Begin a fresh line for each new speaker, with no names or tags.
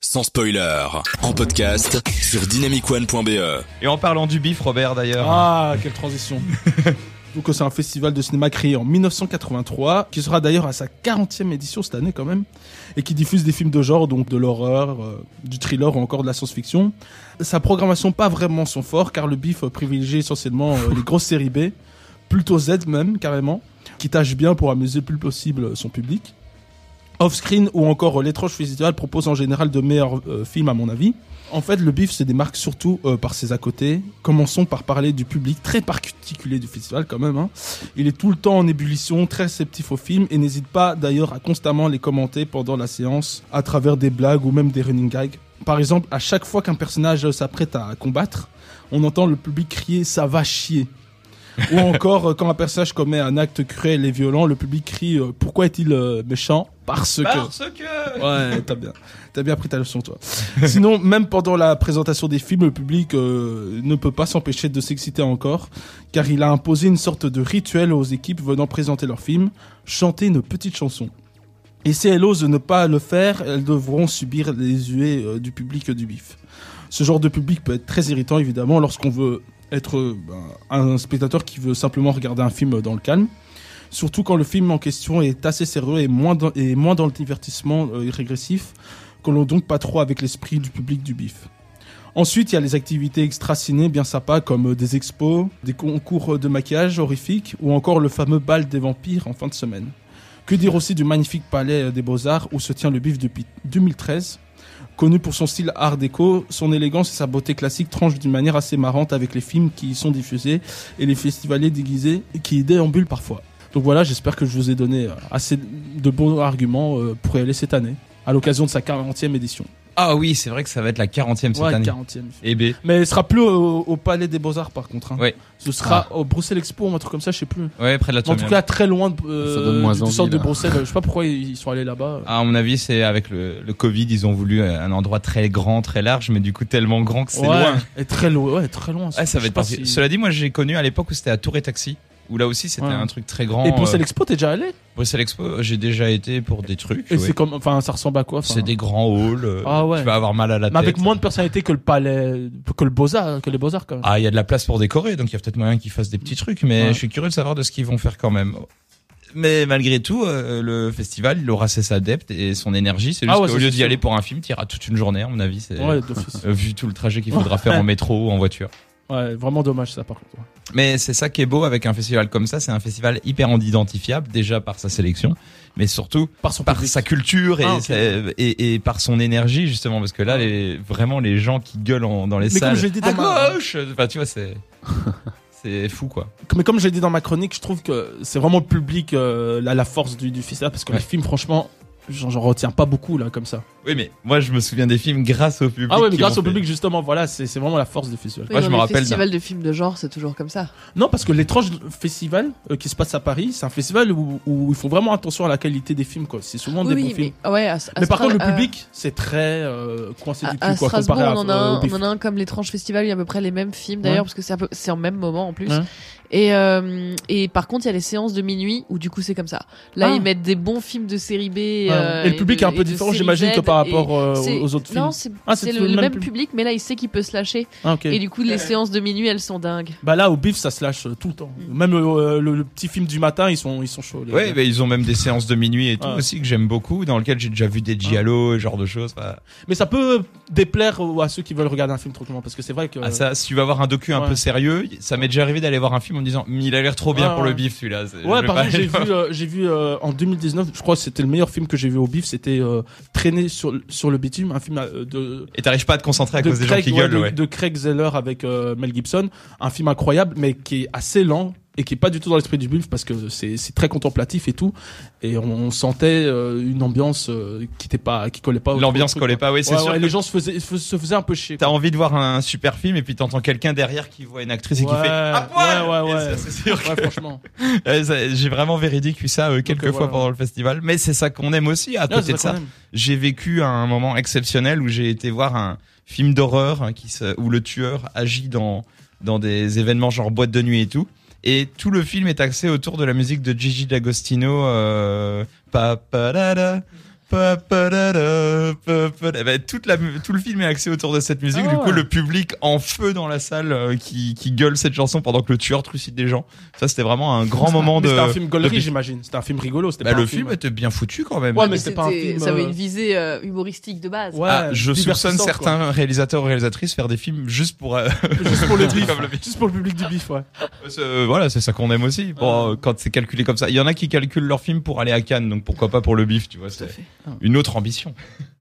sans spoiler, en podcast sur dynamicone.be.
Et en parlant du bif, Robert d'ailleurs.
Ah, quelle transition Donc c'est un festival de cinéma créé en 1983, qui sera d'ailleurs à sa 40e édition cette année quand même, et qui diffuse des films de genre, donc de l'horreur, euh, du thriller ou encore de la science-fiction. Sa programmation pas vraiment son fort, car le BIF privilégie essentiellement euh, les grosses séries B, plutôt Z même carrément, qui tâche bien pour amuser le plus possible euh, son public. Off-screen ou encore euh, l'étrange festival propose en général de meilleurs euh, films à mon avis. En fait, le BIF se démarque surtout euh, par ses à côté. Commençons par parler du public très particulier du festival quand même. hein. Il est tout le temps en ébullition, très réceptif aux films et n'hésite pas d'ailleurs à constamment les commenter pendant la séance à travers des blagues ou même des running gags. Par exemple, à chaque fois qu'un personnage euh, s'apprête à combattre, on entend le public crier ⁇ ça va chier !⁇ Ou encore, euh, quand un personnage commet un acte cruel et violent, le public crie euh, Pourquoi est-il euh, méchant ?⁇ Parce que...
Ah, Parce que.
Ouais, t'as bien, t'as bien pris ta leçon, toi. Sinon, même pendant la présentation des films, le public euh, ne peut pas s'empêcher de s'exciter encore, car il a imposé une sorte de rituel aux équipes venant présenter leurs films, chanter une petite chanson. Et si elles osent ne pas le faire, elles devront subir les huées euh, du public du bif. Ce genre de public peut être très irritant, évidemment, lorsqu'on veut être euh, ben, un spectateur qui veut simplement regarder un film dans le calme. Surtout quand le film en question est assez sérieux et moins dans, et moins dans le divertissement euh, régressif, que l'on donc pas trop avec l'esprit du public du bif. Ensuite, il y a les activités extra-ciné bien sympas comme euh, des expos, des concours euh, de maquillage horrifiques ou encore le fameux bal des vampires en fin de semaine. Que dire aussi du magnifique palais euh, des Beaux-Arts où se tient le bif depuis 2013 Connu pour son style art déco, son élégance et sa beauté classique tranchent d'une manière assez marrante avec les films qui y sont diffusés et les festivaliers déguisés qui y déambulent parfois. Donc voilà, j'espère que je vous ai donné euh, assez de bons arguments euh, pour y aller cette année, à l'occasion de sa 40e édition.
Ah oui, c'est vrai que ça va être la 40e cette
Ouais,
année.
40e.
Eh ben,
Mais il sera plus au, au Palais des Beaux-Arts par contre. hein.
Ouais. Ah.
Ce sera au Bruxelles Expo, un truc comme ça, je sais plus.
ouais, près de la
En
Tour
tout
Mirabeau.
cas, très loin de, euh,
Ça donne moins
du
envie,
centre de
là.
Bruxelles. Je sais pas pourquoi ils sont allés là-bas.
Ah, À mon avis, c'est avec le, le Covid, ils ont voulu euh, un endroit très grand, très large, mais du coup tellement grand que c'est
ouais,
loin.
Et très loin, ouais, très loin.
Ah, ça
Je
va
sais
être
pas
parti-
si-
Cela dit, moi j'ai connu à l'époque où c'était à Tour et Taxi, où là aussi c'était
Ouais.
un truc très grand.
Et Bruxelles
euh,
Expo, t'es déjà allé
Bruxelles Expo, j'ai déjà été pour des trucs.
Et
ouais.
c'est comme, enfin, ça ressemble à quoi enfin
C'est des grands halls. euh,
Ah ouais.
Tu vas avoir mal à la
Mais avec
tête.
moins de personnalité que le Palais, que le Beaux-Arts, que les Beaux-Arts quand même.
Ah, il y a de la place pour décorer, donc il y a peut-être moyen qu'ils fassent des petits trucs, mais
Ouais.
je suis curieux de savoir de ce qu'ils vont faire quand même. Mais malgré tout, euh, le festival, il aura ses adeptes et son énergie. C'est juste
Ah ouais,
qu'au
ça,
lieu
c'est
d'y
sûr.
aller pour un film, t'iras toute une journée, à mon avis. C'est...
Ouais, d'office.
euh, Vu tout le trajet qu'il faudra faire en métro ou en voiture.
Ouais, vraiment dommage ça par contre.
Mais c'est ça qui est beau avec un festival comme ça, c'est un festival hyper identifiable, déjà par sa sélection, mais surtout
Par son
par
public.
sa culture et,
Ah, ok.
sa- et, et par son énergie justement, parce que là, les, vraiment les gens qui gueulent en- dans les
Mais comme
salles,
je l'ai dit
à
dans ma-
Ah, gauche, enfin tu vois, c'est c'est fou quoi.
mais comme j'ai dit dans ma chronique, je trouve que c'est vraiment le public euh, la, la force du, du festival parce que
Ouais.
les films, franchement, j'en j'en retiens pas beaucoup là comme ça.
Oui, mais moi je me souviens des films grâce au public.
Ah ouais, mais
qui
grâce
m'ont
au
fait-
public justement, voilà, c'est c'est vraiment la force du festival.
Oui,
Moi, je
dans
me
les
rappelle d'un-
festivals de films de genre, c'est toujours comme ça.
Non, parce que l'étrange festival euh, qui se passe à Paris, c'est un festival où, où ils font vraiment attention à la qualité des films. quoi. C'est souvent
Oui,
des bons
oui,
films.
mais, ouais, à- à
Mais par
Stra-
contre, le
à-
public, c'est très euh, coincé
À,
du
à
cul quoi,
Strasbourg,
comparé à,
on en, a
euh,
un,
au Bif.
on en a un comme l'étrange festival, il y a à peu près les mêmes films
Ouais.
d'ailleurs, parce que c'est un peu- c'est en même moment en plus.
Ouais.
Et, euh, et par contre, il y a les séances de minuit où du coup c'est comme ça. Là,
Ah.
ils mettent des bons films de série B.
Ouais.
euh,
et le public
de-
est un peu
de
différent,
série
j'imagine,
Z,
que par
et
rapport euh,
c'est-
aux autres films.
Non, c'est
Ah,
c'est le, le même
pub-
public, mais là, il sait qu'il peut se lâcher.
Ah, ok.
Et du coup, les séances de minuit, elles sont dingues.
Bah là, au bif, ça se lâche euh, tout le temps.
Mm.
Même euh, le, le petit film du matin, ils sont, ils sont chauds. les
Ouais,
gars.
mais ils ont même des séances de minuit et tout
Ouais.
aussi que j'aime beaucoup, dans lequel j'ai déjà vu des giallo, ce genre de choses. enfin,
Mais ça peut déplaire aux- à ceux qui veulent regarder un film trop comment parce que c'est vrai que.
Ah, ça, si tu vas voir un docu un
Ouais.
peu sérieux, ça m'est déjà arrivé d'aller voir un film en me disant, Mais il a l'air trop bien
Ouais,
pour le
ouais.
bif celui-là. c'est- je
Ouais,
vais
par
pas
exemple,
aller
j'ai
voir.
vu, euh, j'ai vu euh, en 2019, je crois que c'était le meilleur film que j'ai vu au bif, c'était euh, Traîner sur, le- sur le bitume, un film euh, de,
Et t'arrives pas à te concentrer à
de
cause des
Craig,
gens qui
ouais,
gueulent,
de-
ouais.
de Craig Zeller avec euh, Mel Gibson, un film incroyable mais qui est assez lent et qui est pas du tout dans l'esprit du bif parce que c'est c'est très contemplatif et tout et on, on sentait euh, une ambiance euh, qui était pas qui collait pas au-
L'ambiance
au truc,
collait pas, oui, c'est
Ouais,
sûr.
ouais,
que
les gens se faisaient, se se faisaient un peu chier.
T'as envie de voir un super film et puis t'entends quelqu'un derrière qui voit une actrice et qui
Ouais,
fait à poil
ouais, ouais,
Et ça,
ouais.
c'est sûr que-
Ouais, franchement.
Ah, Ouais, Euh, ça, J'ai vraiment véridique eu ça euh, quelques
euh,
fois
voilà.
pendant le festival, mais c'est ça qu'on aime aussi. À
Ouais,
côté de
c'est vrai
ça,
quand même.
j'ai vécu un moment exceptionnel où j'ai été voir un film d'horreur hein, qui se- où le tueur agit dans dans des événements genre boîte de nuit et tout. Et tout le film est axé autour de la musique de Gigi D'Agostino. Euh, pa pa da da, Pa, pa, da, da, pa, pa, da. Eh ben, toute la, mu- tout le film est axé autour de cette musique.
Ah
du coup,
ouais.
le public en feu dans la salle euh, qui, qui gueule cette chanson pendant que le tueur trucide des gens. Ça, c'était vraiment un grand moment de.
C'était un film gaulerie,
de-
j'imagine. C'était un film rigolo. C'était
Bah,
pas un
le film était bien foutu quand même.
Ouais, mais
mais
c'est pas un
c'était-
film,
Ça avait
euh,
une visée euh, humoristique de base.
Ouais,
Ah, je
divertissant,
soupçonne
quoi.
certains réalisateurs ou réalisatrices faire des films juste pour. euh,
Juste pour le bif.
Comme le bif.
Juste pour le public du bif, ouais.
parce que, euh, voilà, c'est ça qu'on aime aussi. Bon,
Ouais.
euh, quand c'est calculé comme ça, il y en a qui calculent leurs films pour aller à Cannes, donc pourquoi pas pour le bif, tu vois.
Tout à
C'est
fait.
une autre ambition.